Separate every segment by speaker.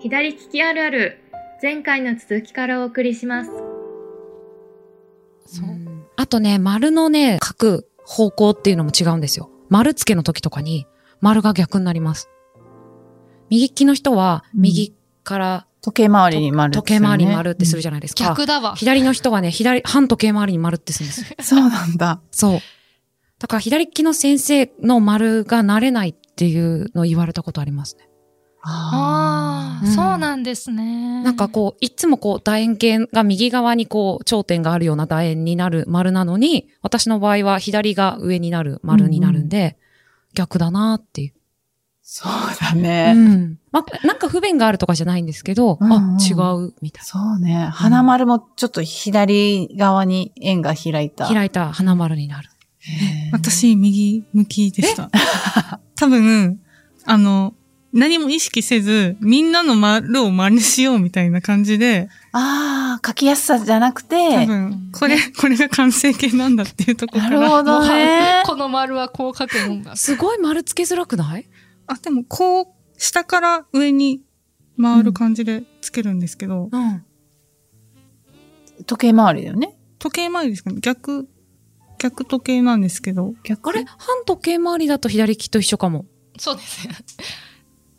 Speaker 1: 左利きあるある前回の続きからお送りします
Speaker 2: そう。あとね、丸のね、書く方向っていうのも違うんですよ。丸付けの時とかに、丸が逆になります。右利きの人は、
Speaker 3: うん
Speaker 2: 右から
Speaker 3: 時計回りに丸
Speaker 2: 時計回りに丸ってする
Speaker 3: じ
Speaker 2: じゃないですか。
Speaker 4: 逆だわ。
Speaker 2: 左の人はね、左、反時計回りに丸ってするんです よ。
Speaker 3: ゃん。そうなんだ。
Speaker 2: そう。だから左利きの先生の丸が慣れないっていうのを言われたことありますね。
Speaker 4: ああ、
Speaker 2: うん
Speaker 4: そうなんですね。
Speaker 2: なんかこう、いつもこう、楕円形が右側にこう、頂点があるような楕円になる丸なのに、私の場合は左が上になる丸になるんで、逆だなっていう。
Speaker 3: そうだ
Speaker 2: う
Speaker 3: ね。
Speaker 2: ん。まあ、なんか不便があるとかじゃないんですけど、
Speaker 3: うんう
Speaker 2: あ、
Speaker 3: ん
Speaker 2: 違う、みたい
Speaker 3: そうね。花丸もちょっと左側に円が開いた。
Speaker 2: な。開いた花丸になる。
Speaker 3: へー、
Speaker 5: 私、右向きでした。多分、あの、何も意識せず、みんなの丸を真似しようみたいな感じで、
Speaker 3: ああ、書きやすさじゃなく
Speaker 5: 多
Speaker 3: て、
Speaker 5: 分、これ、これが完成形なんだっていうところ
Speaker 3: な
Speaker 5: か
Speaker 3: る
Speaker 5: ら。
Speaker 3: ほどね。
Speaker 4: この丸はこう書くもんが。
Speaker 2: すごい丸つけづらくない
Speaker 5: あ、でも、こう、下から上に回る感じでつけるんですけど、
Speaker 2: うん。
Speaker 3: 時計回りだよね。
Speaker 5: 時計回りですかね逆、逆時計なんですけど、
Speaker 3: 逆
Speaker 2: あれ反時計回りだと左利きと一緒かも。
Speaker 4: そうですね。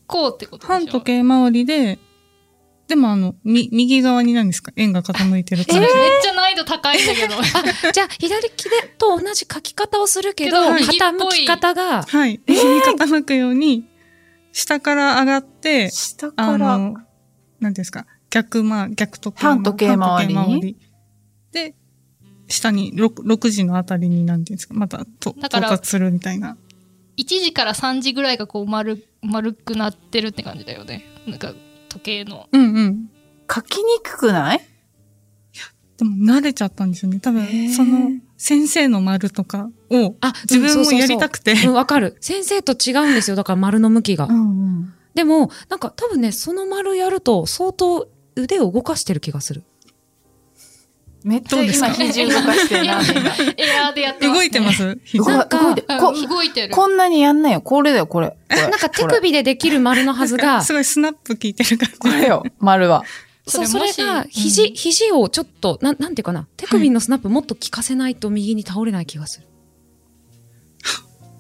Speaker 4: こうってことでしょ
Speaker 5: 反時計回りで、でもあの、み、右側に何ですか円が傾いてる
Speaker 4: そ
Speaker 5: 感
Speaker 4: う
Speaker 5: じ
Speaker 4: めっ。ちゃ難易度高いんだけ ど。
Speaker 2: じゃあ、左利きでと同じ書き方をするけど、
Speaker 4: けど
Speaker 2: 傾き方が、
Speaker 5: はい。右に傾くように、下から上がって、
Speaker 3: 下
Speaker 5: あ
Speaker 3: から、
Speaker 5: の、何ですか、逆、まあ、逆時計
Speaker 3: 反時計回りに
Speaker 5: 反時計回りで、下に 6, 6時のあたりに何ていうんですか、またと
Speaker 4: だ
Speaker 5: 到
Speaker 4: から
Speaker 5: 達するみたいな。
Speaker 4: 1時から3時ぐらいがこう丸、丸くなってるって感じだよね。なんか時計の。
Speaker 5: うんうん。
Speaker 3: 書きにくくない
Speaker 5: でも慣れちゃったんですよね。多
Speaker 3: へー
Speaker 5: 分、その先生の丸とかを
Speaker 2: あ、
Speaker 5: 自分もやりた
Speaker 2: く
Speaker 5: くて。
Speaker 2: うん、わかる。先生と違うんですよ。だから丸の向きが。
Speaker 3: んうん。
Speaker 2: でも、なんか多分ね、その丸やると相当腕を動かしてる気がする。
Speaker 3: めっちゃ
Speaker 5: どうです
Speaker 3: 今
Speaker 5: か
Speaker 3: 肘動かしてるな。
Speaker 4: エアーでやってます、ね。
Speaker 5: 動いてます
Speaker 3: 動
Speaker 5: 膝
Speaker 3: か動いてる。こ
Speaker 4: うん、動いてる。
Speaker 3: こんなにやんないよ。これだよ、これ。これ
Speaker 2: なんか手
Speaker 3: これ
Speaker 2: 首でできる丸のはず が、
Speaker 5: すごいスナップ効いてる感
Speaker 3: これよ、丸は。
Speaker 2: そうそ
Speaker 4: それ
Speaker 2: れ
Speaker 4: もし
Speaker 2: が
Speaker 4: うん
Speaker 2: 肘、肘をちょっと、なん、なんていうかな、手首のスナップもっと効かせないと右に倒れない気がする。
Speaker 5: じ。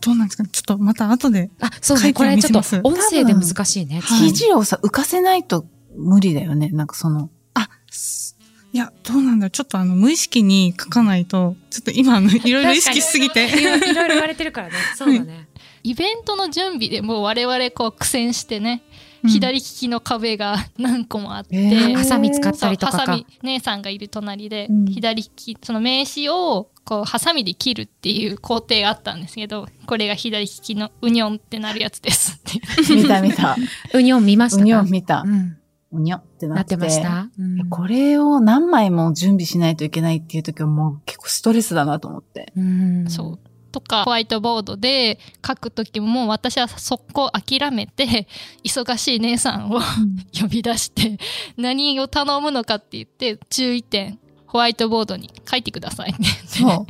Speaker 5: どうなんですかねちょっとまた後で。
Speaker 2: あ、そうね。
Speaker 5: 書
Speaker 2: こ
Speaker 5: いて
Speaker 2: れ
Speaker 5: 見
Speaker 2: ち
Speaker 5: せ
Speaker 2: ょ
Speaker 5: ま
Speaker 2: っ
Speaker 5: す
Speaker 2: と音声で難しいね。
Speaker 5: 多分はい
Speaker 3: 肘をさ、浮かせないと無理だよね。なんか その。
Speaker 5: あ、すいや、どうなんだろうちょっとあの、無意識に書かないと、ちょっと今あの、いろいろ意識しすぎて。
Speaker 2: い ろいろ言われてるからね。そうだね。
Speaker 4: イベントの準備でもう我々こう苦戦してね、
Speaker 5: うん
Speaker 4: 左利きの壁が何個もあって、
Speaker 3: えー
Speaker 2: ハサミ使ったりと
Speaker 4: そう
Speaker 2: か
Speaker 4: ハサ
Speaker 2: か
Speaker 4: ミ。姉さんがいる隣で、
Speaker 3: うん
Speaker 4: 左利きその名刺をこうハサミで切るっていう工程があったんですけどこれが左利きのウニョンってなるやつですって
Speaker 3: 見た見た。
Speaker 2: うにょん見ました
Speaker 3: う
Speaker 2: か
Speaker 3: にょん見た
Speaker 2: う。ん。
Speaker 3: うにょんってな
Speaker 2: な
Speaker 3: っ。
Speaker 2: っててました。うん
Speaker 3: いやこれを何枚も準備しないといけないっていう時はもう結構ストレスだなと 思って。
Speaker 2: うん
Speaker 4: そうとかホワイトボードで書く時ももう私は速攻諦めて忙しい姉さんを呼び出して何を頼むのかって言って注意点ホワイトボードに書いてくださいね
Speaker 3: そう。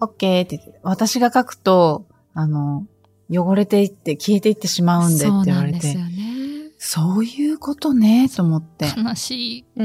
Speaker 3: オッケーって言って。私が書くと、あの、汚れていって消えていってしまうんでって言われ
Speaker 2: そう
Speaker 3: て。
Speaker 2: なんです
Speaker 3: そういうことね、と思って。
Speaker 4: 悲しい
Speaker 2: よ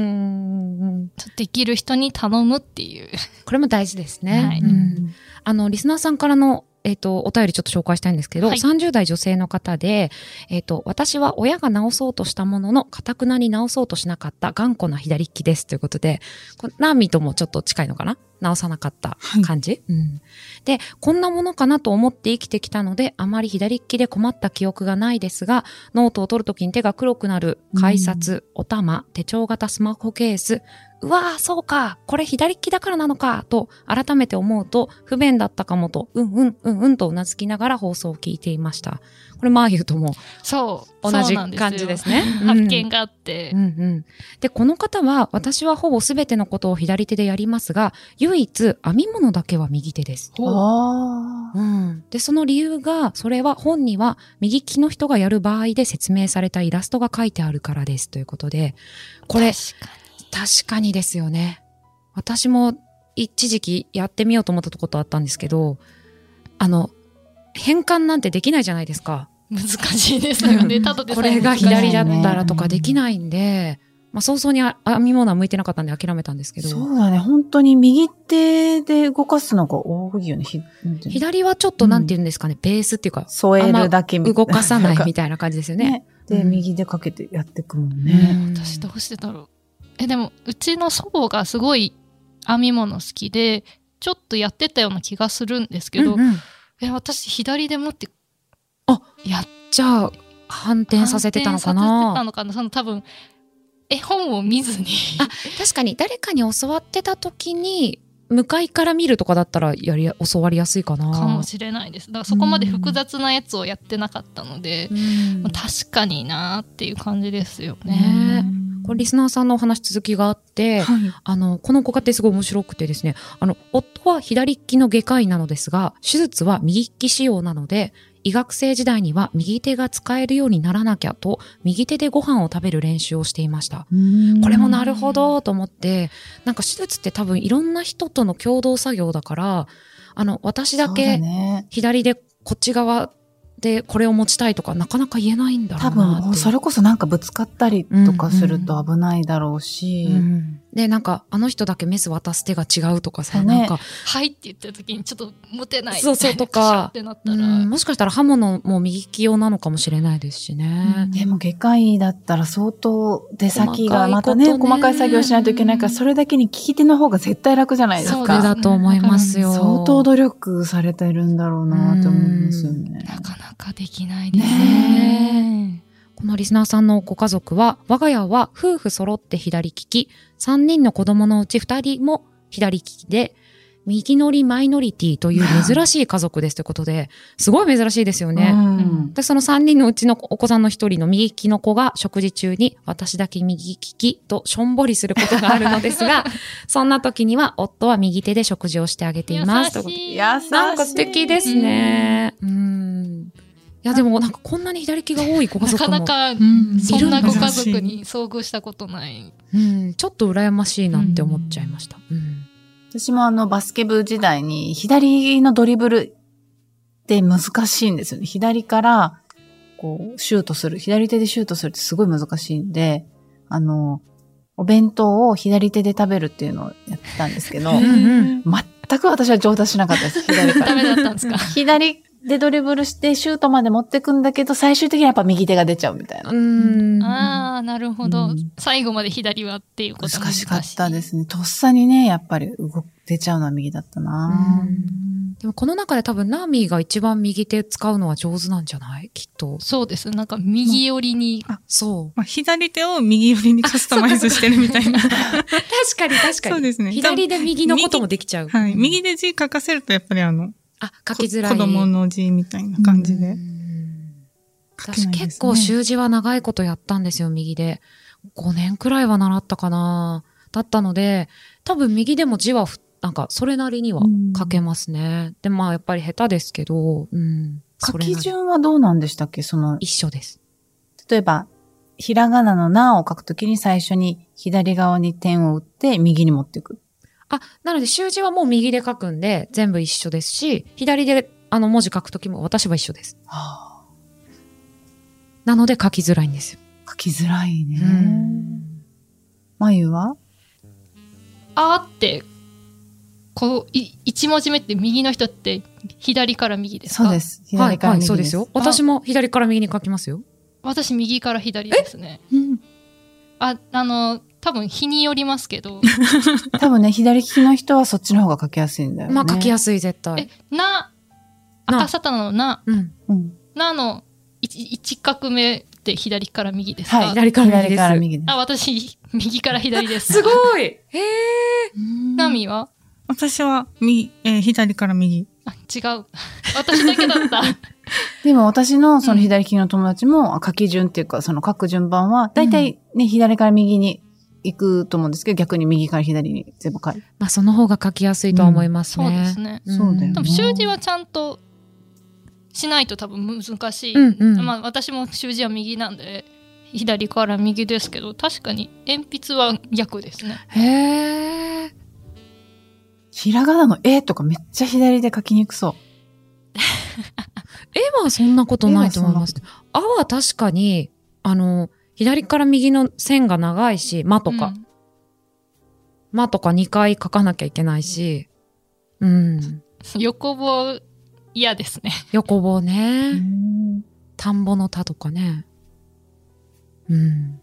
Speaker 2: ね。うん。
Speaker 4: ちょっとできる人に頼むっていう
Speaker 2: これも大事ですね。
Speaker 4: はい
Speaker 2: うんあの、リスナーさんからの、えっ、と、お便りちょっと紹介したいんですけど、
Speaker 4: はい
Speaker 2: 30代女性の方で、えっ、と、私は親が治そうとしたものの、かたくなに治そうとしなかった頑固な左利きですということで、こナーミーともちょっと近いのかな治さなかった
Speaker 5: はい
Speaker 2: 感じ、うん。で、こんなものかなと思って生きてきたので、あまり左利きで困った記憶がないですが、ノートを取るときに手が黒くなる、改札、お玉、手帳型スマホケース、うわー、そうか、これ左利きだからなのか、と改めて思うと、不便だったかもと、うんうん、うんうんとうなずきながら放送を聞いていました。これ、マーユーとも
Speaker 4: そう
Speaker 2: 同じ感じですね。
Speaker 4: そうなんですよ
Speaker 2: うん
Speaker 4: 発見があって、
Speaker 2: うんうん。で、この方は、私はほぼすべてのことを左手でやりますが、唯一編み物だけは右手です。
Speaker 3: あ
Speaker 2: うん。で、その理由が、それは本には右利きの人がやる場合で説明されたイラストが書いてあるからですということで、これ、
Speaker 4: 確か
Speaker 2: 確かにですよね。私も一時期やってみようと思ったことあったんですけど、あの、変換なんてできないじゃないですか。
Speaker 4: 難しいですよね。ただで
Speaker 2: こ
Speaker 4: さえ
Speaker 2: れが
Speaker 4: 難しい
Speaker 2: 左だったらとかできないんで、まあ早々にあ編み物は向いてなかったんで諦めたんですけど、
Speaker 3: そうだね。本当に右手で動かすのが多いよね。ひなんていうの
Speaker 2: 左はちょっとなんて言うんですかね、ベースっていうか、
Speaker 3: 添えるだけみたい
Speaker 2: 動
Speaker 3: な
Speaker 2: かさないみたいな感じですよね。
Speaker 3: ね。で、
Speaker 2: うん
Speaker 3: 右でかけてやってくもんね。
Speaker 2: うん
Speaker 4: 私どうしてだろうえでもうちの祖母がすごい編み物好きでちょっとやってたような気がするんですけど、
Speaker 2: うんうん
Speaker 4: え私左で持って
Speaker 2: あ
Speaker 4: やっ
Speaker 2: じゃあ、反転させてたのか
Speaker 4: 反転させてた
Speaker 2: な
Speaker 4: のかなその多分絵本を見ずに
Speaker 2: 確かに誰かに教わってた時に、向かいから見るとかだったらやり、教わりやすいかな。
Speaker 4: かもしれないですだからそこまで複雑なやつをやってなかったので、
Speaker 2: うん
Speaker 4: まあ確かになーっていう感じですよね。
Speaker 2: ねこれリスナーさんのお話続きがあって、
Speaker 5: はい。
Speaker 2: あの、このご家庭すごい面白くてですね、あの、夫は左利きの外科医なのですが、手術は右利き仕様なので、医学生時代には右手が使えるようにならなきゃと、右手でご飯を食べる練習をしていました。
Speaker 3: うん
Speaker 2: これもなるほどと思って、なんか手術って多分いろんな人との共同作業だから、あの、私だ
Speaker 3: そう
Speaker 2: け
Speaker 3: ね。
Speaker 2: 左でこっち側でこれを持ちたいとかなかなか言えないんだろ
Speaker 3: 多
Speaker 2: うなってい
Speaker 3: 分、
Speaker 2: う。
Speaker 3: それこそなんかぶつかったりとかすると危ないだろうし、
Speaker 2: うんで、なんか、あの人だけメス渡す手が違うとかさ、
Speaker 3: そうね
Speaker 2: なんか、
Speaker 4: はいって言った時にちょっと持てない
Speaker 2: そうそうとか
Speaker 4: カシャってなったら、
Speaker 2: うんもしかしたら刃物も右利き用なのかもしれないですしね。
Speaker 3: でも外科医だったら相当出先がま
Speaker 2: 細か
Speaker 3: た
Speaker 2: い
Speaker 3: ね、
Speaker 2: ことね
Speaker 3: 細かい作業しないといけないから、それだけに利き手の方が絶対楽じゃないです
Speaker 4: そ
Speaker 2: そ
Speaker 4: うで
Speaker 2: れ
Speaker 4: す
Speaker 3: か。
Speaker 2: だと思いますよ。
Speaker 3: 相当努力されてるんだろうなって思いますよね。
Speaker 4: なかなかできないですね
Speaker 2: ねこのリスナーさんのご家族は、我が家は夫婦揃って左利き、3人の子供のうち2人も左利きで、右乗りマイノリティと いう珍しい家族ですということで、すごい珍しいですよね。
Speaker 3: うん
Speaker 2: で、その3人のうちのお子さんの1人の右利きの子が食事中に私だけ右利きとしょんぼりすることがあるのですが、そんな時には夫は右手で食事をしてあげています。ということ
Speaker 4: 優
Speaker 2: で
Speaker 4: し
Speaker 3: 優
Speaker 4: い
Speaker 3: しい
Speaker 2: なんか素敵ですね。うん。いや、でもなんかこんなに左利きが多いご家
Speaker 4: な
Speaker 2: 族
Speaker 4: か
Speaker 2: も。
Speaker 4: なか
Speaker 2: うん
Speaker 4: そんない
Speaker 2: る
Speaker 4: ご
Speaker 2: だ
Speaker 4: 家族に遭遇したことない。
Speaker 2: うん、ちょっと羨ましいなって思っちゃいました。うん。
Speaker 3: 私もあのバスケ部時代に左のドリブルって難しいんですよね。左からこうシュートする、左手でシュートするってすごい難しいんで、あの、お弁当を左手で食べるっていうのをやってたんですけど、
Speaker 2: んうん
Speaker 3: 全く私は上達しなかったです、左から
Speaker 4: ダ。メだったんですか
Speaker 3: 左でドリブルしてシュートまで持ってくんだけど、最終的にはやっぱ右手が出ちゃうみたいな。
Speaker 2: うん。
Speaker 4: ああ、なるほ
Speaker 3: う
Speaker 4: ど
Speaker 3: ん。
Speaker 4: 最後まで左はっていうことは。
Speaker 3: 難しかったですすね。とっさにね、やっぱり動、出ちゃうのは右だったな、
Speaker 2: うんでもこの中で多分ナーミーが一番右手使うのは上手なんじゃないきっと。
Speaker 4: そうです。なんか右寄りに。
Speaker 2: そう。
Speaker 5: まあ、左手を右寄りにカスタマイズしてるみたいな。
Speaker 2: 確かに確
Speaker 5: そうですね。
Speaker 2: 左で右のこともできちゃう。
Speaker 5: はい。右で字書かせると、やっぱりあの、
Speaker 2: あ、書き
Speaker 5: こ
Speaker 2: づ
Speaker 5: 子
Speaker 2: らい。
Speaker 5: 供の字みたいな感じ
Speaker 2: う
Speaker 5: で
Speaker 2: ん
Speaker 5: 書け
Speaker 2: 私
Speaker 5: ないですね。
Speaker 2: 結構習字は長いことやったんですよ、右で。5年くらいは習ったかな。だったので、多分右でも字はふ、なんか、それなりには書けますね。で、まあ、やっぱり下手ですけど、うん。そ
Speaker 3: 書
Speaker 2: れなり
Speaker 3: き順はどうなんでしたっけその、
Speaker 2: 一緒です。
Speaker 3: 例えば、ひらがなのなを書くときに最初に左側に点を打って右に持っていく。
Speaker 2: あ、なので、習字はもう右で書くんで、全部一緒ですし、左で、あの、文字書くときも私は一緒です。
Speaker 3: は
Speaker 2: なので、書きづらいんですよ。
Speaker 3: あ、書きづらいね。
Speaker 2: うん
Speaker 3: 眉は
Speaker 4: あーって、こう、い一文字目って右の人って左から右ですか。
Speaker 3: そうですす。
Speaker 2: はい、
Speaker 3: 左から
Speaker 2: はい、
Speaker 3: 右です。
Speaker 2: そうですよ。私も左から右に書きますよ。
Speaker 4: 私右から左ですね。
Speaker 3: うん
Speaker 4: あ、あの、多分日によりますけど、
Speaker 3: 多分ね、左利きの人はそっちの方が書きやすいんだよね。
Speaker 2: まあ、書き
Speaker 3: や
Speaker 2: やすい、絶
Speaker 4: え
Speaker 2: 対。、
Speaker 4: な、
Speaker 2: な
Speaker 4: 赤サタナのな、
Speaker 2: うん。
Speaker 3: すい。うん。
Speaker 4: なの1画目って左から右ですか、
Speaker 3: はい
Speaker 2: 左から右で
Speaker 3: 左
Speaker 2: す
Speaker 3: から。右です
Speaker 4: あ、。私、右から左です。
Speaker 2: すごいへえ
Speaker 4: ナミは
Speaker 5: 私は右、えー左から右。
Speaker 4: あ、違う。私だけだった。
Speaker 3: でも私のその左利きの友達もあ書き順っていうか、その書く順番は、だいたいね、左から右に行くと思うんですけど、逆に右から左に全部書いて。
Speaker 2: まあその方が書きやすいとは思いますね。
Speaker 4: そうですね。
Speaker 2: ん
Speaker 3: そうだよ
Speaker 4: 多
Speaker 3: ね
Speaker 4: 分習字はちゃんとしないと多分難しい。
Speaker 2: うんうん
Speaker 4: まあ私も習字は右なんで、左から右ですけど、確かに鉛筆は逆ですね。
Speaker 2: へえ。
Speaker 3: ひらがなの絵とかめっちゃ左で書きにくそう。
Speaker 2: 絵はそんなことないと思います。あは確かに、あの、左から右の線が長いし、間とか、
Speaker 4: うん
Speaker 2: 間とか2回書かなきゃいけないし、うん。
Speaker 4: 横棒嫌ですね。
Speaker 2: 横棒ね。
Speaker 3: うん
Speaker 2: 田んぼの田とかね。うん。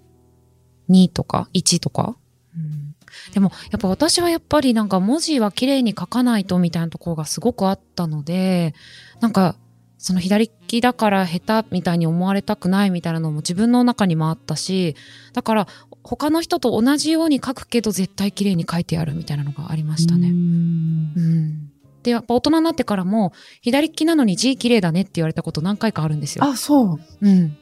Speaker 2: 2とか1とか。うん、でも、やっぱ私はやっぱりなんか文字は綺麗に書かないとみたいなところがすごくあったので、なんか、その左利きだから下手みたいに思われたくないみたいなのも自分の中にもあったし、だから他の人と同じように書くけど絶対綺麗に書いてやるみたいなのがありましたね。うん。で、やっぱ大人になってからも左利きなのに字綺麗だねって言われたこと何回かあるんですよ。
Speaker 3: あ、そう。
Speaker 2: うん。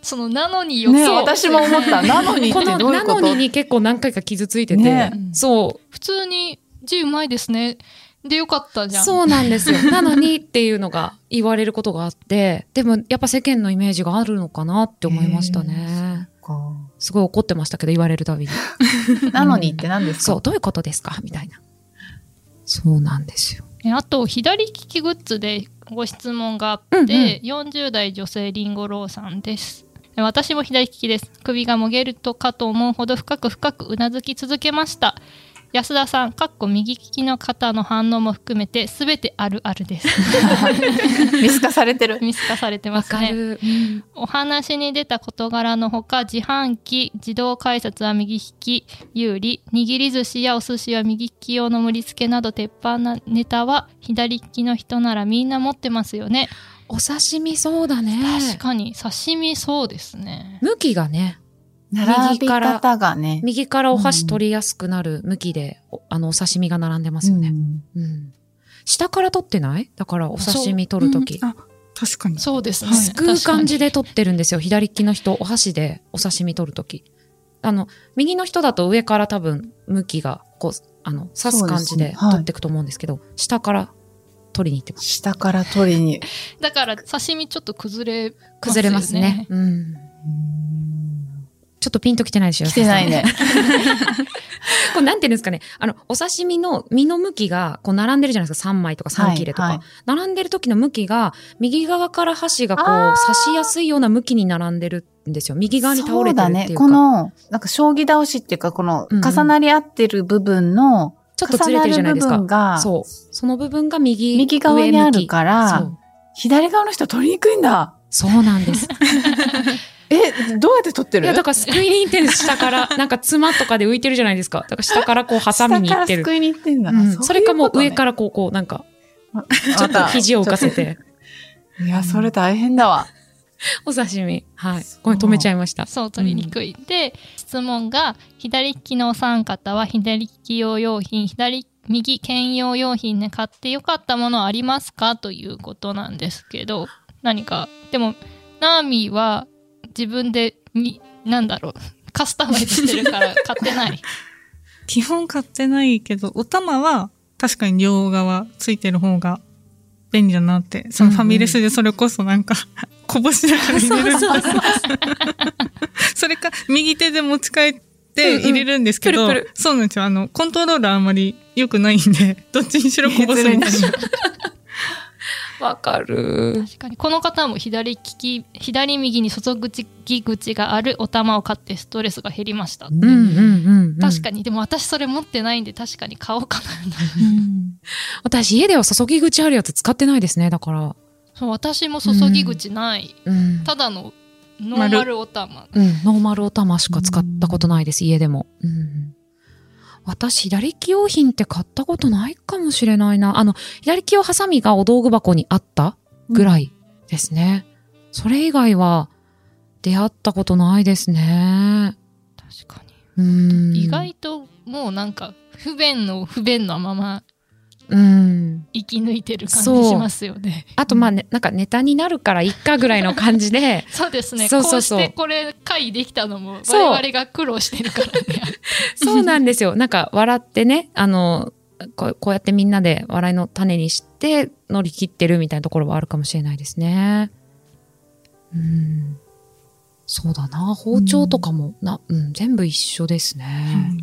Speaker 4: その、 なのに横
Speaker 3: ね、私も 思った。なのにっ
Speaker 2: こ
Speaker 3: て
Speaker 2: の
Speaker 3: どうい
Speaker 2: な
Speaker 3: うこ
Speaker 2: の
Speaker 3: と
Speaker 2: にに結構何回か傷ついてて、
Speaker 3: ね
Speaker 2: そ
Speaker 4: 普通に字うまいですね。でよかった
Speaker 2: う、
Speaker 4: じゃん。
Speaker 2: そうなんですよ。なのにっていうのが言われることがあって、でもやっぱ世間のイメージがあるのかなって思いましたね。
Speaker 3: か
Speaker 2: すごい怒ってましたけど言われるたびに。
Speaker 3: なのにって何ですか
Speaker 2: そう、どういうことですかみたいな。そうなんですよ。
Speaker 4: えあと左利きグッズでご質問があって、
Speaker 2: うんうん
Speaker 4: 40代女性リンゴローさんですえ私も左利きです首がもげるとかと思うほど深く深くうなずき続けました安田さんかっこ右利きの方の反応も含めて全てあるあるです
Speaker 3: 見透かされてる。
Speaker 4: 見透かされてま
Speaker 2: わ
Speaker 4: す
Speaker 2: か
Speaker 4: ね
Speaker 2: る。
Speaker 4: お話に出た事柄のほか自販機自動改札は右利き有利握り寿司やお寿司は右利き用の盛り付けなど鉄板なネタは左利きの人ならみんな持ってますよね、
Speaker 2: お刺身そうだね
Speaker 4: 確。かに刺身そうですね
Speaker 2: 向きがね、
Speaker 3: 並び方がね。
Speaker 2: 右からお箸取りやすくなる向きで、おあの、お刺身が並んでますよね。うん。下から取ってないだからお刺身取るとき。
Speaker 5: 確かに。
Speaker 4: そうですね
Speaker 5: はい
Speaker 2: すくう感じで取ってるんですよ。左利きの人、お箸でお刺身取るとき。あの、右の人だと上から多分、向きが、こう、あの、刺す感じ
Speaker 3: そう
Speaker 2: で
Speaker 3: ですねはい
Speaker 2: 取っていくと思うんですけど、下から取りに行ってます。
Speaker 3: 下から取りに。
Speaker 4: だから刺身ちょっと崩れ
Speaker 2: 崩れますね。うん。ちょっとピンときてないでしょ
Speaker 3: 来てない。ね。
Speaker 2: こう、なんていうんですかね。あの、お刺身の身の向きが、こう、並んでるじゃないですか。3枚とか3切れとか。
Speaker 3: はいはい
Speaker 2: 並んでる時の向きが、右側から箸がこう、刺しやすいような向きに並んでるんですよ。右側に倒れてるっていうか。
Speaker 3: そうだね。この、なんか将棋倒しっていうか、この
Speaker 2: うんうん
Speaker 3: 重なり合ってる部分の、
Speaker 2: ちょっとずれてるじゃないです
Speaker 3: 重なる部
Speaker 2: か
Speaker 3: 分。が、
Speaker 2: そう。その部分が右
Speaker 3: 右側にあるからら、左側の人取りにくいんだ。
Speaker 2: そうそうなんです。
Speaker 3: え、どうやって取って
Speaker 2: い
Speaker 3: る
Speaker 2: や、だからスクリーンに行ってるんです下から、なんか妻とかで浮いてるじゃないですか。だから下からこう挟みに行って
Speaker 3: 下からす
Speaker 2: る。
Speaker 3: くいに行ってんだ。、
Speaker 2: うんそれかもう上かららこう、こう、なんか、
Speaker 3: ち
Speaker 2: ちょっと肘を浮かせ。て。
Speaker 3: いや、それ大変だわ。
Speaker 2: お刺身。はい
Speaker 3: そう。
Speaker 2: ごめん、止めちゃいました。
Speaker 4: そう取りにくい、で質問が左利きのお三方は左利き用用品左右兼用用品で買ってよかったものありますかということなんですけど何かでもナーミーは自分でになんだろうカスタマイズして るから買ってない
Speaker 5: 基本買ってないけど、お玉は確かに両側ついてる方が便利だなって。そのファミレスでそれこそな んか、こぼしながら入れ
Speaker 2: そ
Speaker 5: る。
Speaker 2: うそう。
Speaker 5: それか、右手で持ち帰って入れるんですけ
Speaker 2: うん
Speaker 5: ど
Speaker 2: うんくるく、
Speaker 5: そうなんですよ。あの、コントロールあんまり良くないんで、 どっちにしろこぼすみたいな。
Speaker 2: わかる。
Speaker 4: 確かにこの方も左利き左右に注ぐ口口があるお玉を買ってストレスが減りました、
Speaker 2: うんうんうんうん。
Speaker 4: 確か
Speaker 2: に。
Speaker 4: にでも私それ持ってないんで確かに買おうかな
Speaker 2: 私、家では注ぎ口あるやつ使ってないですね、だから。
Speaker 4: そう私も注ぎ口ない、
Speaker 2: うん。
Speaker 4: ただのノーマルおたま
Speaker 2: うん、ノーマルお玉しか使ったことないです、家でも。うん、私、左利き用品って買ったことないかもしれないな。あの、左利き用ハサミがお道具箱にあったぐらいですね。それ以外は出会ったことないですね。
Speaker 4: 確か
Speaker 2: うん、
Speaker 4: に意外ともうなんか不便の不便のまま
Speaker 2: うん。
Speaker 4: 生き抜いてる感
Speaker 2: そう
Speaker 4: じしますよね、
Speaker 2: あと、まあ、ね、なんかネタになるからいっかぐらいの感じで
Speaker 4: そうですね
Speaker 2: そうそうそう
Speaker 4: こうしてこれ会できたのも
Speaker 2: そう
Speaker 4: 我々が苦労してるから ね
Speaker 2: そうなんですよ。なん か笑ってね、あの、こうこうやってみんなで笑いの種にして乗り切ってるみたいなところはあるかもしれないですね。うん。そうだな。包丁とかも、な、うん、全部一緒ですね。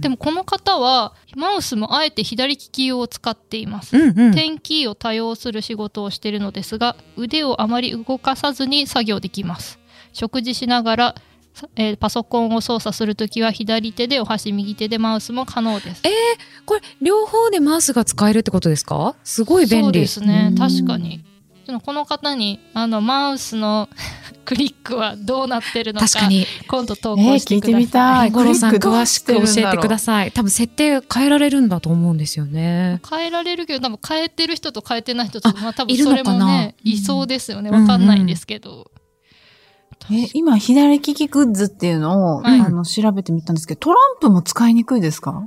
Speaker 4: でもこの方はマウスもあえて左利き用を使っています。
Speaker 2: うんうん。
Speaker 4: 点キーを多用する仕事をしているのですが腕をあまり動かさずに作業できます食事しながら、さえーパソコンを操作するときは左手でお箸右手でマウスも可能です
Speaker 2: えこれ、両方でマウスが使えるってことですかすごい便利。
Speaker 4: そうですね
Speaker 3: うん
Speaker 4: 確かにそのこの方にあのマウスの クリックはどうなってるのか
Speaker 2: 確かに。
Speaker 4: 今度投
Speaker 3: ねえ
Speaker 4: 稿し
Speaker 3: 聞
Speaker 4: て
Speaker 3: い
Speaker 4: く
Speaker 3: て
Speaker 4: だ
Speaker 3: み
Speaker 4: さ
Speaker 3: た
Speaker 4: い
Speaker 3: い。
Speaker 2: 五郎さん、
Speaker 3: クリックど
Speaker 2: 詳
Speaker 3: う
Speaker 2: し
Speaker 3: て
Speaker 2: く
Speaker 3: るんだろう
Speaker 2: 教えてください。多分設定変えられるんだと思うんですよね。
Speaker 4: 変えられるけど多分変えてる人と変えてない人とまあ多分
Speaker 2: いるの
Speaker 4: それ
Speaker 2: か
Speaker 4: も
Speaker 2: な
Speaker 4: ね
Speaker 3: うん
Speaker 4: いそうですよねわかんないんですけど、
Speaker 3: え、今、左利きグッズっていうのを、
Speaker 4: はい
Speaker 3: あの、調べてみたんですけど、トランプも使いにくいですか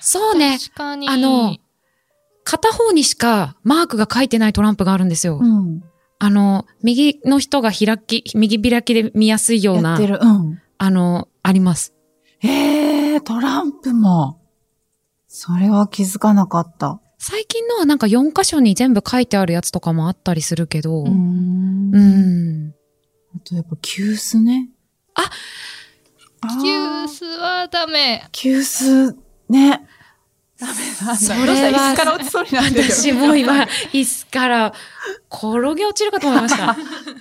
Speaker 2: そうね。
Speaker 4: 確かに
Speaker 2: あの片方にしかマークが書いてないトランプがあるんですよ。
Speaker 3: うん。
Speaker 2: あの、右の人が開き、右開きで見やすいよう
Speaker 3: やっ
Speaker 2: な
Speaker 3: て、る。うん。
Speaker 2: あの、あります。
Speaker 3: へえ、トランプも。それは気づかなかった。
Speaker 2: 最近のはなんか4箇所に全部書いてあるやつとかもあったりするけど、
Speaker 3: う
Speaker 4: う
Speaker 3: ー
Speaker 2: うん。
Speaker 3: んあとやっぱ、急須ね。
Speaker 2: あ
Speaker 3: あー
Speaker 4: キュースはダメ。
Speaker 3: 急須、ね。ダメなんだ。
Speaker 2: それは
Speaker 3: どうした椅子から落ちそうになってる。
Speaker 2: 私も 今、椅子から転げ落ちるかと思いました。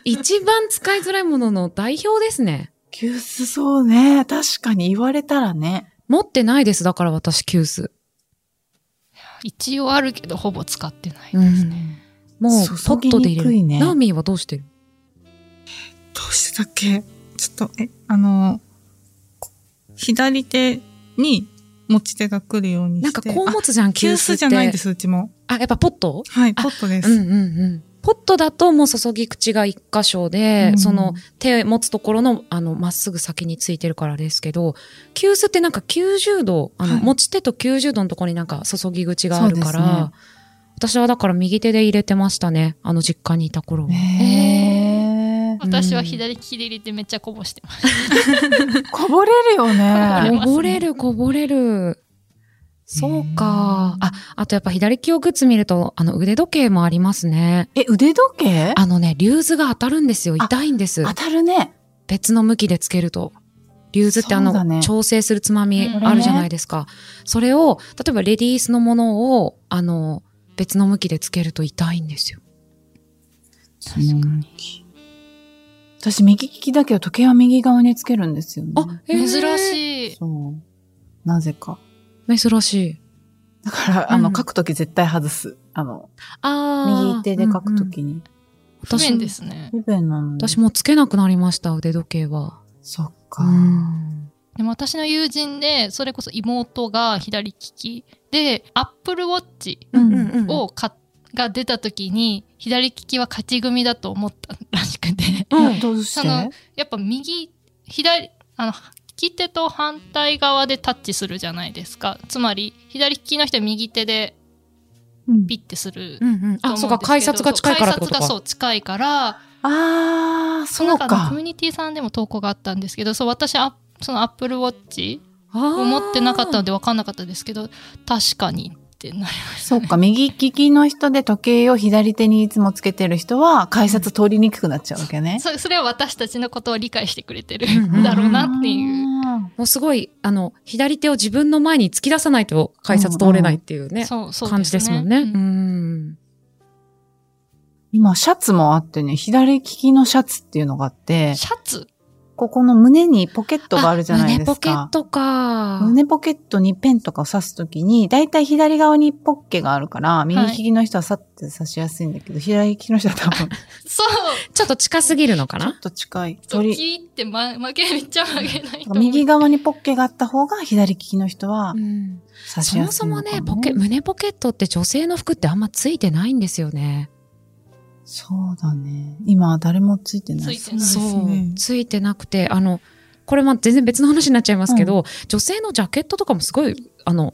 Speaker 2: 一番使いづらいものの代表ですね。
Speaker 3: 急須そうね。確かに言われたらね。
Speaker 2: 持ってないです。だから私、急須。
Speaker 4: 一応あるけど、ほぼ使ってない。
Speaker 2: うん。もう、
Speaker 3: 注ぎ
Speaker 2: ポットで入
Speaker 3: にく
Speaker 2: れ
Speaker 3: い
Speaker 2: る。
Speaker 3: ね
Speaker 2: ナーミーはどうしてる
Speaker 5: どうしてたっけちょっと、え、あの、左手に持ち手が来るように
Speaker 2: なん
Speaker 5: し
Speaker 2: か
Speaker 5: て。
Speaker 2: こう持つじゃん、急
Speaker 5: 急
Speaker 2: 須って。
Speaker 5: 須じゃないです、うちも。
Speaker 2: あ、やっぱポット
Speaker 5: はい、
Speaker 2: あ
Speaker 5: ポットで
Speaker 2: うん
Speaker 5: す。
Speaker 2: うんうん。ポットだともう注ぎ口が一箇所で、
Speaker 5: うん
Speaker 2: その手持つところの、あの、まっすぐ先についてるからですけど、急須ってなんか90度、あの、
Speaker 3: はい
Speaker 2: 持ち手と90度のところになんか注ぎ口があるか
Speaker 3: そうですね
Speaker 2: ら、私はだから右手で入れてましたね。あの実家にいた頃は。
Speaker 3: ねえ。
Speaker 4: 私は左利きで入れてめっちゃこぼしてます。
Speaker 3: こぼれるよ
Speaker 4: あり
Speaker 3: ね。
Speaker 4: ますね
Speaker 2: こぼれる、こぼれる。そうか。
Speaker 3: へー
Speaker 2: あ、あとやっぱ左利きをグッズ見ると、あの腕時計もありますね。
Speaker 3: え、腕時計
Speaker 2: あのね、リューズが当たるんですよ。
Speaker 3: あ
Speaker 2: 痛いんです。
Speaker 3: 当たるね。
Speaker 2: 別の向きでつけると。リューズってあの、
Speaker 3: そうだね
Speaker 2: 調整するつまみ
Speaker 4: うん
Speaker 2: あるじゃないですか。それを、例えばレディースのものを、あの、別の向きでつけると痛いんですよ。
Speaker 3: 私、右利きだけど、時計は右側につけるんですよね。
Speaker 2: あ、
Speaker 4: 珍
Speaker 2: い。
Speaker 4: しい。
Speaker 3: そう。なぜか。
Speaker 2: 珍しい。
Speaker 3: だから、あ
Speaker 2: う
Speaker 3: の、
Speaker 2: ん
Speaker 3: 書くとき絶対外す。あの、
Speaker 2: ああ。
Speaker 3: 右手で書
Speaker 2: う
Speaker 3: くと
Speaker 2: んうん
Speaker 3: きに。
Speaker 4: 不
Speaker 2: 私
Speaker 4: 便
Speaker 2: も
Speaker 4: で、すね。
Speaker 3: 不便なの。
Speaker 2: 私もつけなくなりました、腕時計は。
Speaker 3: そっか
Speaker 2: う。ん。
Speaker 4: でも私の友人で、それこそ妹が左利きで、Apple Watch
Speaker 3: うん
Speaker 2: うん
Speaker 4: を買っが出た時に、左利きは勝ち組だと思ったらしくて、
Speaker 3: などうし
Speaker 4: そ
Speaker 3: て
Speaker 4: のやっぱ右、左、あの、利き手と反対側でタッチするじゃないですか。つまり、左利きの人は右手で
Speaker 3: うん
Speaker 4: ピッてする
Speaker 2: うんうん。あ、そうか、改札が近いからってこと
Speaker 4: 改札がそ
Speaker 2: か。
Speaker 4: う近いから
Speaker 3: あー、
Speaker 4: そ
Speaker 3: そ
Speaker 4: の
Speaker 3: う
Speaker 4: 中の
Speaker 3: か
Speaker 4: コミュ。ニティさんでも投稿があったんですけどそう私あそのアップルウォッチ
Speaker 2: あー
Speaker 4: を持ってなかったので分かんなかったですけど確かにってなりました
Speaker 3: そ
Speaker 4: ね
Speaker 3: うか、右利きの人で時計を左手にいつもつけてる人は、改札通りにくくなっちゃうわけね。
Speaker 4: そそれは私たちのことを理解してくれてる
Speaker 2: うんうん
Speaker 4: だろうなっていう
Speaker 3: う。
Speaker 2: もうすごい、あの、左手を自分の前に突き出さないと改札通れないっていうね、
Speaker 4: そうそう
Speaker 2: 感じですもんね。
Speaker 4: う
Speaker 2: うん。
Speaker 3: 今、シャツもあってね、左利きのシャツっていうのがあって、
Speaker 4: シャツ
Speaker 3: ここの胸にポケットがあるじゃないですか。
Speaker 2: あ胸ポケットか。
Speaker 3: 胸ポケットにペンとかを刺すときに、だいたい左側にポッケがあるから、右利きの人はさって刺しやすいんだけど、左利きの人は多分、ち
Speaker 4: そう
Speaker 2: ちょっと近すぎるのか
Speaker 3: ょ
Speaker 2: な
Speaker 3: っと近い。
Speaker 4: そう
Speaker 3: 鳥
Speaker 4: キーってま曲げめっちゃ曲げないと思う
Speaker 3: 右側にポッケがあった方が、左利きの人は
Speaker 2: うん
Speaker 3: 刺し
Speaker 2: そ
Speaker 3: や
Speaker 2: も
Speaker 3: す
Speaker 2: そ
Speaker 3: いの
Speaker 2: も
Speaker 3: かな、
Speaker 2: ね、ポケ、胸ポケットって女性の服ってあんまついてないんですよね。
Speaker 3: そうだね。今、誰もついてない。
Speaker 4: ついてない
Speaker 5: そうですね
Speaker 2: ついてなくて、あの、これまあ全然別の話になっちゃいますけど、女性のジャケットとかもすごい、あの、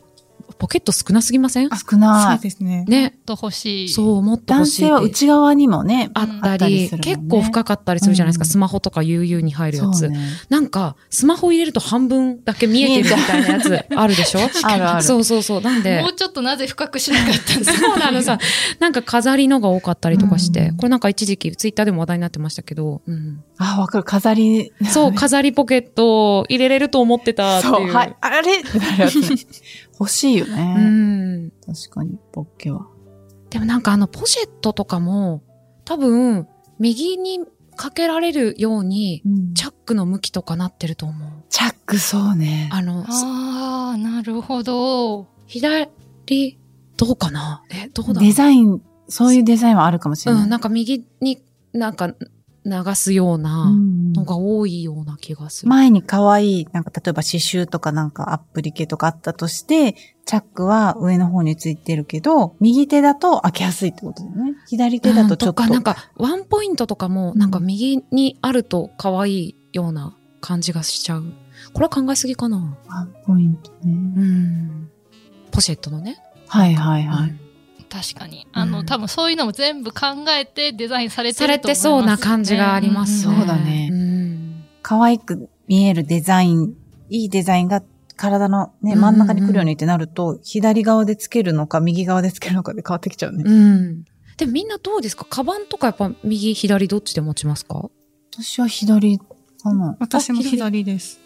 Speaker 2: ポケット少なすぎません
Speaker 3: あ少な
Speaker 5: そう
Speaker 3: い。
Speaker 5: ですね。
Speaker 2: ね。
Speaker 4: と欲しい。
Speaker 2: そう、もっと欲
Speaker 3: 男
Speaker 2: しいって。
Speaker 3: 性は内側にもね、
Speaker 2: あ
Speaker 4: あ
Speaker 2: っ
Speaker 4: った
Speaker 3: た
Speaker 2: り、
Speaker 3: りするもんね
Speaker 2: 結構深かったりするじゃないですか。
Speaker 3: うん
Speaker 2: スマホとか悠々に入るや
Speaker 3: そ
Speaker 2: つ。
Speaker 3: うね。
Speaker 2: なんか、スマホ入れると半分だけ見えてるみたいなやつあるでしょ
Speaker 3: あるある。
Speaker 2: そうそうそう。なんで
Speaker 4: も、うちょっとなぜ深くしなかったんです
Speaker 2: そうなのさ、なんか飾りのが多かったりとかして、
Speaker 3: うん
Speaker 2: これなんか一時期ツイッターでも話題になってましたけど、うん
Speaker 3: あ、わかる。飾り。
Speaker 2: そう、飾りポケットを入れれると思ってたっていう。
Speaker 3: そう、はい。あれってなるやつね 欲しいよ
Speaker 2: う
Speaker 3: ね。
Speaker 2: ん。
Speaker 3: 確かに、ポッケは。
Speaker 2: でもなんかあのポシェットとかも、多分、右にかけられるように、チャックの向きとかなってると思う。
Speaker 3: チャック、そうね。
Speaker 2: あの、
Speaker 4: ああ、なるほど。
Speaker 2: 左、どうかなえ、どうだろう
Speaker 3: デザイン、そういうデザインはあるかもしれない。
Speaker 2: うん、なんか右になんか流すよう
Speaker 3: う
Speaker 2: なんのが多いような気がする。
Speaker 3: 前に可愛い、なんか例えば刺繍とかなんかアップリケとかあったとして、チャックは上の方についてるけど、右手だと開けやすいってことだよね。左手だとちょっと。
Speaker 2: うんか、なんか、ワンポイントとかも、なんか右にあると可愛いような感じがしちゃう。これは考えすぎかな
Speaker 3: ワンポイントね。
Speaker 2: うん。ポシェットのね。
Speaker 3: はいはいはい。
Speaker 4: 確かに。あの、
Speaker 2: うん
Speaker 4: 多分そういうのも全部考えてデザインされて
Speaker 2: され
Speaker 4: ると思い
Speaker 2: て
Speaker 4: ます、
Speaker 2: そうな感じがありますね。
Speaker 3: そうだね
Speaker 2: うん。
Speaker 3: 可愛く見えるデザイン、いいデザインが体のね、
Speaker 2: うん
Speaker 3: 真ん中に来るようにってなると、左側でつけるのか右側でつけるのかで変わってきちゃうね。
Speaker 2: うん。でもみんなどうですかカバンとかやっぱ右、左どっちで持ちますか
Speaker 3: 私は左かな。
Speaker 5: 私も
Speaker 3: あ
Speaker 5: 左です。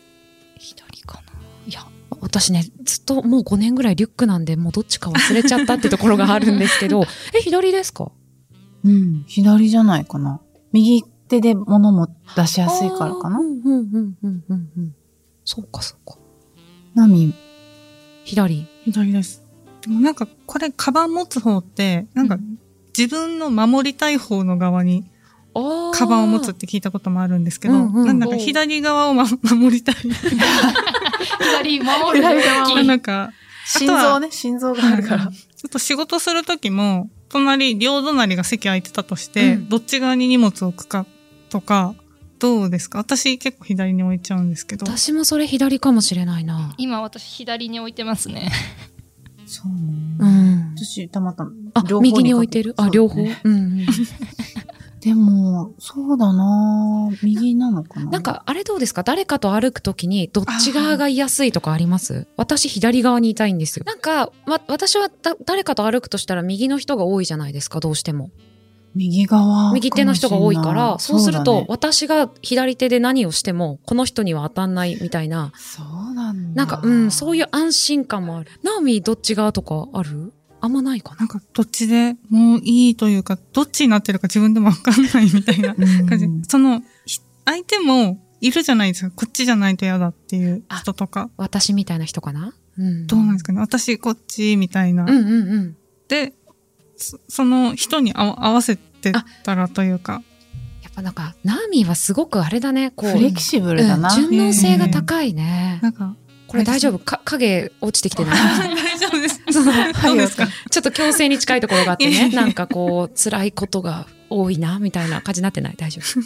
Speaker 4: 左かな。いや、
Speaker 2: 私ね、ずっともう5年ぐらいリュックなんで、もうどっちか忘れちゃったってところがあるんです けど、え、左ですか
Speaker 3: うん、左じゃないかな。右手で物も出しやすいからか
Speaker 2: あー
Speaker 3: な
Speaker 2: う。んうんうんうんうんうん。そうかそうか。
Speaker 3: ナミ、
Speaker 2: 左。
Speaker 5: 左です。でもなんか、これ、カバン持つ方って、なんか、自分の守りたい方の側に、
Speaker 2: あ
Speaker 5: カバンを持つって聞いたこともあるんですけど、
Speaker 2: うんうん
Speaker 5: なんだか左側を、ま、 守りたい。
Speaker 4: 左守る
Speaker 5: まあ
Speaker 4: 動
Speaker 5: なん
Speaker 4: き。
Speaker 5: か、
Speaker 3: 心臓ね、心臓があるから。
Speaker 5: ちょっと仕事するときも、隣、両隣が席空いてたとして、
Speaker 2: うん
Speaker 5: どっち側に荷物を置くかとか、どうですか私結構左に置いちゃうんですけど。
Speaker 2: 私もそれ左かもしれないな。
Speaker 4: 今私左に置いてますね。
Speaker 3: そう
Speaker 2: う
Speaker 3: ね。
Speaker 2: ん。
Speaker 3: 私、たまたま。
Speaker 2: あ、
Speaker 3: 両方に
Speaker 2: 右に置いてる。あ、両方。
Speaker 3: そううんね
Speaker 2: うん。
Speaker 3: でも、そうだなぁ右なのかな
Speaker 2: なん、か、あれどうですか誰かと歩くときに、どっち側がいやすいとかあります私、左側にいたいんですよ。なんか、ま、私はだ、誰かと歩くとしたら、右の人が多いじゃないですか、どうしても。
Speaker 3: 右側。
Speaker 2: 右手の人が多いから、そうすると、
Speaker 3: そうだね
Speaker 2: 私が左手で何をしても、この人には当たんないみたいな、
Speaker 3: そうなん
Speaker 2: な
Speaker 3: だ。。
Speaker 2: んか、うん、そういうう安心感もある。ナオミ、どっち側とかあるあんまないかな
Speaker 5: なんか、どっちでもういいというか、どっちになってるか自分でもわかんないみたいな感じ。
Speaker 3: うん
Speaker 5: その、ひ相手もいるじゃないですか。こっちじゃないと嫌だっていう人とか。
Speaker 2: 私みたいな人かなうん。
Speaker 5: どうなんですかね私こっちみたいな。
Speaker 2: うんうんうん。
Speaker 5: で、そその人に合わ合わせてたらというか。
Speaker 2: やっぱなんか、ナーミーはすごくあれだね、こう。
Speaker 3: フレキシブルだな。
Speaker 2: うん順応性が高いね。
Speaker 5: なんか、
Speaker 2: これ大丈夫か影落ちてきてない。
Speaker 5: 大丈夫です。
Speaker 2: その
Speaker 5: どうですか
Speaker 2: ちょっと強制に近いところがあって
Speaker 5: いや
Speaker 2: ね。
Speaker 5: いや
Speaker 2: なんかこう、辛いことが多いな、みたいな感じになってない。大丈 夫。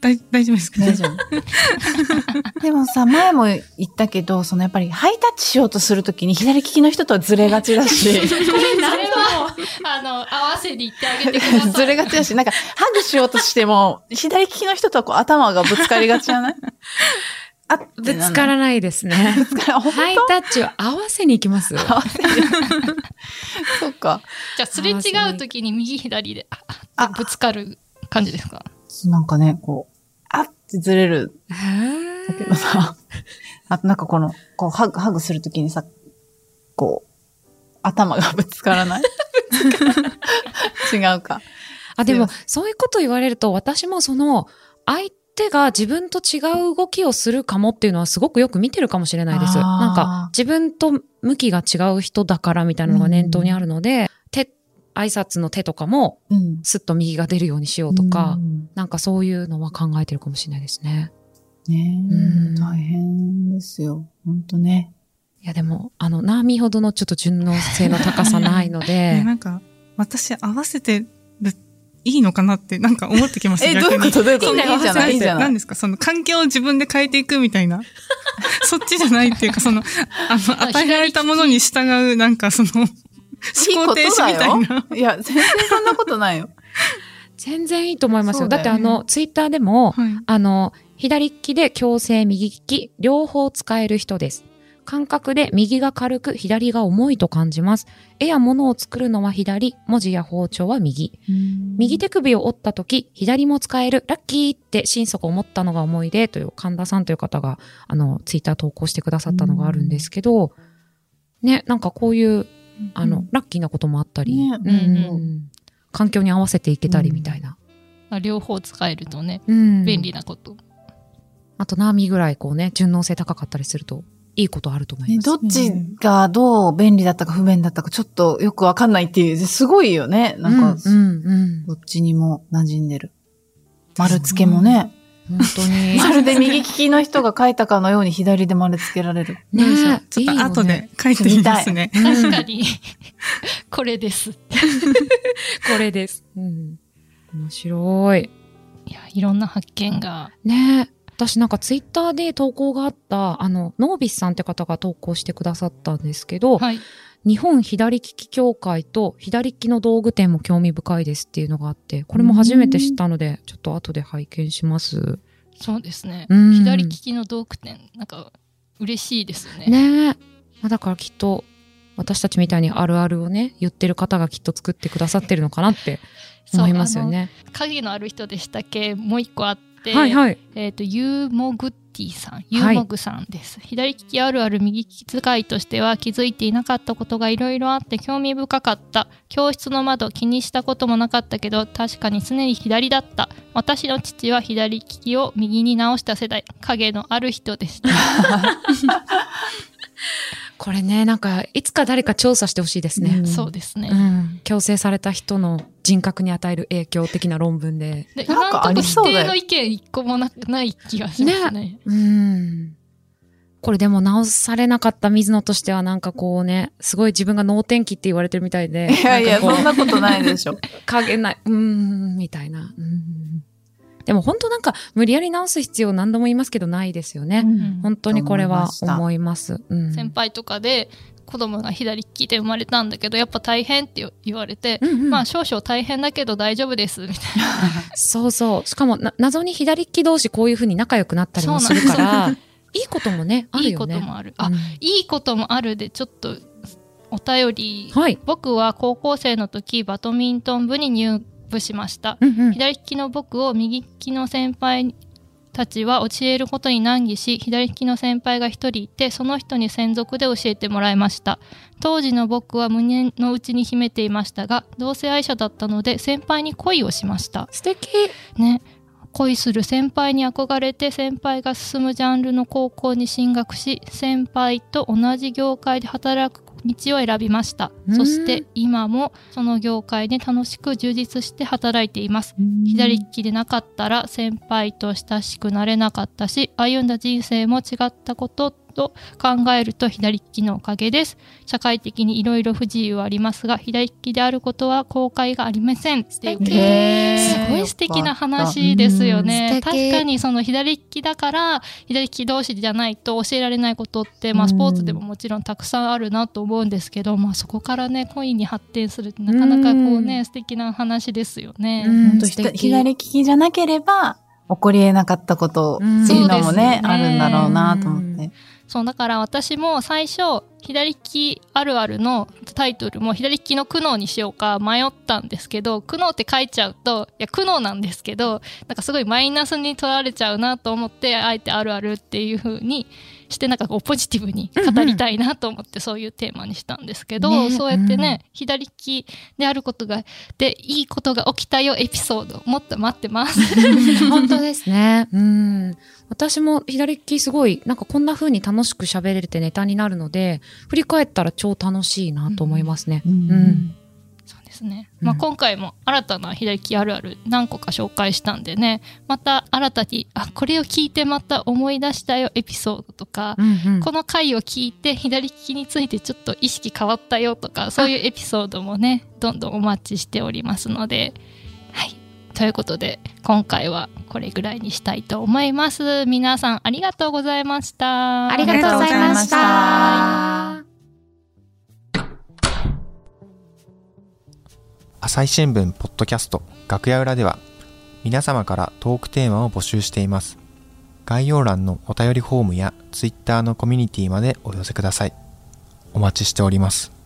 Speaker 5: 大大丈夫です か
Speaker 3: 大丈夫。 でもさ、前も言ったけど、そのやっぱりハイタッチしようとするときに左利きの人とはずれがちだし、
Speaker 4: それは、あの、合わせに行ってあげてく ださい。
Speaker 3: ずれがちだし、なんかハグしようとしても、左利きの人とはこう頭がぶつかりがちじゃないあ
Speaker 2: ぶつからないですね。
Speaker 3: ぶつから、ほんと
Speaker 2: ハイタッチを合わせに行きます。
Speaker 3: 合わせるそっか。
Speaker 4: じゃあ、すれ違う時に右左で、ああ
Speaker 3: あ
Speaker 4: ぶつかる感じですか
Speaker 3: なんかね、こう、あってずれる
Speaker 2: へ
Speaker 3: だけ
Speaker 2: ー
Speaker 3: どさ、 あとなんかこの、こう、ハグ、ハグするときにさ、こう、頭がぶつから ない違うか。
Speaker 2: あ、でも、そういうこと言われると、私もその、相手が自分と違う動きをするかもっていうのはすごくよく見てるかもしれないです。
Speaker 3: あー
Speaker 2: なんか、自分と向きが違う人だからみたいなのが念頭にあるので、手、挨拶の手とかも、
Speaker 3: うん。
Speaker 2: すっと右が出るようにしようとか、
Speaker 3: うん
Speaker 2: なんかそういうのは考えてるかもしれないですね。
Speaker 3: ねえ
Speaker 2: うん
Speaker 3: 大変ですよ。ほんとね。
Speaker 2: いや、でも、あの、ナーミーほどのちょっと順応性の高さないので
Speaker 5: ね、なんか、私合わせてる、いいのかなって、なんか思ってきました。
Speaker 3: え、
Speaker 5: 逆
Speaker 3: どう
Speaker 5: に
Speaker 3: いうことどういうこ
Speaker 2: いい
Speaker 3: と
Speaker 2: んだよ
Speaker 3: いいじゃないいいじゃない
Speaker 5: 何ですかその環境を自分で変えていくみたいな。そっちじゃないっていうか、その、あの、与えられたものに従う、なんかその、思考停止みたいな。
Speaker 3: いや、全然そんなことないよ。
Speaker 2: 全然いいと思います
Speaker 3: そ
Speaker 2: よ。
Speaker 3: う
Speaker 2: だ
Speaker 3: だ
Speaker 2: っ
Speaker 3: よ
Speaker 2: てあの、ツイッターでも、
Speaker 5: はい。
Speaker 2: あの、左利きで強制右利き、両方使える人です。感覚で右が軽く、左が重いと感じます。絵や物を作るのは左、文字や包丁は右。右手首を折った時、左も使える、ラッキーって心底思ったのが思い出という神田さんという方が、あの、ツイッター投稿してくださったのがあるんですけど、ね、なんかこういう、あの、ラッキーなこともあったり、
Speaker 3: ね
Speaker 2: うんうん
Speaker 3: う
Speaker 2: うん環境に合わせていけたりみたいな。
Speaker 4: あ両方使えるとね、
Speaker 2: うん
Speaker 4: 便利なこと。
Speaker 2: あとナーミぐらいこうね、順応性高かったりすると、いいことあると思い
Speaker 3: ね、
Speaker 2: ます。
Speaker 3: どっちがどう便利だったか不便だったかちょっとよくわかんないっていう、すごいよね。なんか、
Speaker 2: うん、うん、
Speaker 3: どっちにも馴染んでる。丸付けもね。
Speaker 2: うん。本当に。
Speaker 3: まるで右利きの人が書いたかのように左で丸付けられる。
Speaker 2: ねえ
Speaker 5: ちょっと後。
Speaker 2: いいよね
Speaker 5: で書いてみますね。
Speaker 4: 確かに、これです。
Speaker 2: これです。うん。面白い。
Speaker 4: いや、いろんな発見が。
Speaker 2: ねえ。私なんかツイッターで投稿があった、あの、ノービスさんって方が投稿してくださったんですけど、
Speaker 4: はい。
Speaker 2: 日本左利き協会と左利きの道具店も興味深いですっていうのがあって、これも初めて知ったので、ちょっと後で拝見します。
Speaker 4: そうですね。
Speaker 2: うん
Speaker 4: 左利きの洞窟店、なんか、嬉しいですね。
Speaker 2: ねえ。まあだからきっと、私たちみたいにあるあるをね、言ってる方がきっと作ってくださってるのかなって
Speaker 4: そう
Speaker 2: 思いますよ。ね。
Speaker 4: あの影のある人でしたっけもう一個あって、
Speaker 2: はいはい。
Speaker 4: えっ、と、ユーモグッティさん、ユーモグさんです。左利きあるある右利き使いとしては気づいていなかったことがいろいろあって興味深かった。教室の窓気にしたこともなかったけど、確かに常に左だった。私の父は左利きを右に直した世代、影のある人でした。
Speaker 2: これね、なんか、いつか誰か調査してほしいですね。
Speaker 4: そうですね。
Speaker 2: うん。強制された人の人格に与える影響的な論文で。
Speaker 4: で
Speaker 3: なん
Speaker 4: 今のと
Speaker 3: か
Speaker 4: こ
Speaker 3: あり
Speaker 4: 否
Speaker 3: そうだ
Speaker 4: 定
Speaker 3: よ
Speaker 4: の意見一個もなない気がしますね。
Speaker 2: うん。これでも直されなかった水野としてはなんかこうね、すごい自分が脳天気って言われてるみたいで。
Speaker 3: いやい
Speaker 2: な
Speaker 3: や、
Speaker 2: んかこう
Speaker 3: そんなことないでし ょ。
Speaker 2: 影ない、うーん、みたいな。うんでも本当なんか無理やり直す必要何度も言いますけどないですよね。
Speaker 4: ん
Speaker 2: 本当にこれは思
Speaker 3: 思
Speaker 2: います。うん、
Speaker 4: 先輩とかで子供が左利きで生まれたんだけどやっぱ大変って言われて、
Speaker 2: うんうん
Speaker 4: まあ少々大変だけど大丈夫ですみたい
Speaker 2: そうそう。しかもな謎に左利き同士こういうふうに仲良くなったりもするから、いいこともね、あ
Speaker 4: な、い
Speaker 2: る
Speaker 4: い
Speaker 2: よ
Speaker 4: こ
Speaker 2: ね。
Speaker 4: ともあるあ、
Speaker 2: うん
Speaker 4: いいこともあるでちょっとお便り、
Speaker 2: はい。
Speaker 4: 僕は高校生の時バドミントン部に入部しました、
Speaker 2: うんうん。
Speaker 4: 左利きの僕を右利きの先輩たちは教えることに難儀し左利きの先輩が一人いてその人に専属で教えてもらいました当時の僕は胸の内に秘めていましたが同性愛者だったので先輩に恋をしました
Speaker 2: 素敵。
Speaker 4: ね恋する先輩に憧れて先輩が進むジャンルの高校に進学し先輩と同じ業界で働く道を選びました
Speaker 2: うん
Speaker 4: そして今もその業界で楽しく充実して働いています左利きでなかったら先輩と親しくなれなかったし歩んだ人生も違ったことと考えると左利きのおかげです社会的にいろいろ不自由はありますが左利きであることは後悔がありませんっていう
Speaker 2: 素敵
Speaker 3: へー
Speaker 4: すごい素敵な話ですよね
Speaker 2: うん素
Speaker 4: 確
Speaker 2: 敵
Speaker 4: かにその左利きだから左利き同士じゃないと教えられないことって、まあ、スポーツでももちろんたくさんあるなと思うんですけど、まあ、そこからね恋に発展するってなかなかこうね、
Speaker 2: う
Speaker 4: 素敵な話ですよね。
Speaker 2: うん
Speaker 3: 本当ひた左利きじゃなければ、起こり得なかったことっていうのもね、
Speaker 4: うん
Speaker 3: あるんだろうなと思って。
Speaker 4: そうだから私も最初左利きあるあるのタイトルも左利きの苦悩にしようか迷ったんですけど苦悩って書いちゃうといや苦悩なんですけどなんかすごいマイナスに取られちゃうなと思ってあえてあるあるっていう風にしてなんかこうポジティブに語りたいなと思ってそういうテーマにしたんですけど、
Speaker 2: ね
Speaker 4: そうやってね、左利きであることがでいいことが起きたよエピソードもっと待ってます。
Speaker 2: 本当ですね。うん。私も左利きすごい、なんかこんな風に楽しく喋れてネタになるので、振り返ったら超楽しいなと思いますね。
Speaker 3: うん
Speaker 2: うん
Speaker 4: そうですね、
Speaker 2: うん
Speaker 4: まあ、今回も新たな左利きあるある何個か紹介したんでねまた新たにあこれを聞いてまた思い出したよエピソードとか、
Speaker 2: うんうん
Speaker 4: この回を聞いて左利きについてちょっと意識変わったよとかそういうエピソードもねどんどんお待ちしておりますので、はい、ということで、今回はこれぐらいにしたいと思います。皆さんありがとうございました。
Speaker 2: ありがとうございました
Speaker 3: あ
Speaker 6: 朝日新聞ポッドキャスト楽屋裏では皆様からトークテーマを募集しています概要欄のお便りフォームや Twitter のコミュニティまでお寄せくださいお待ちしております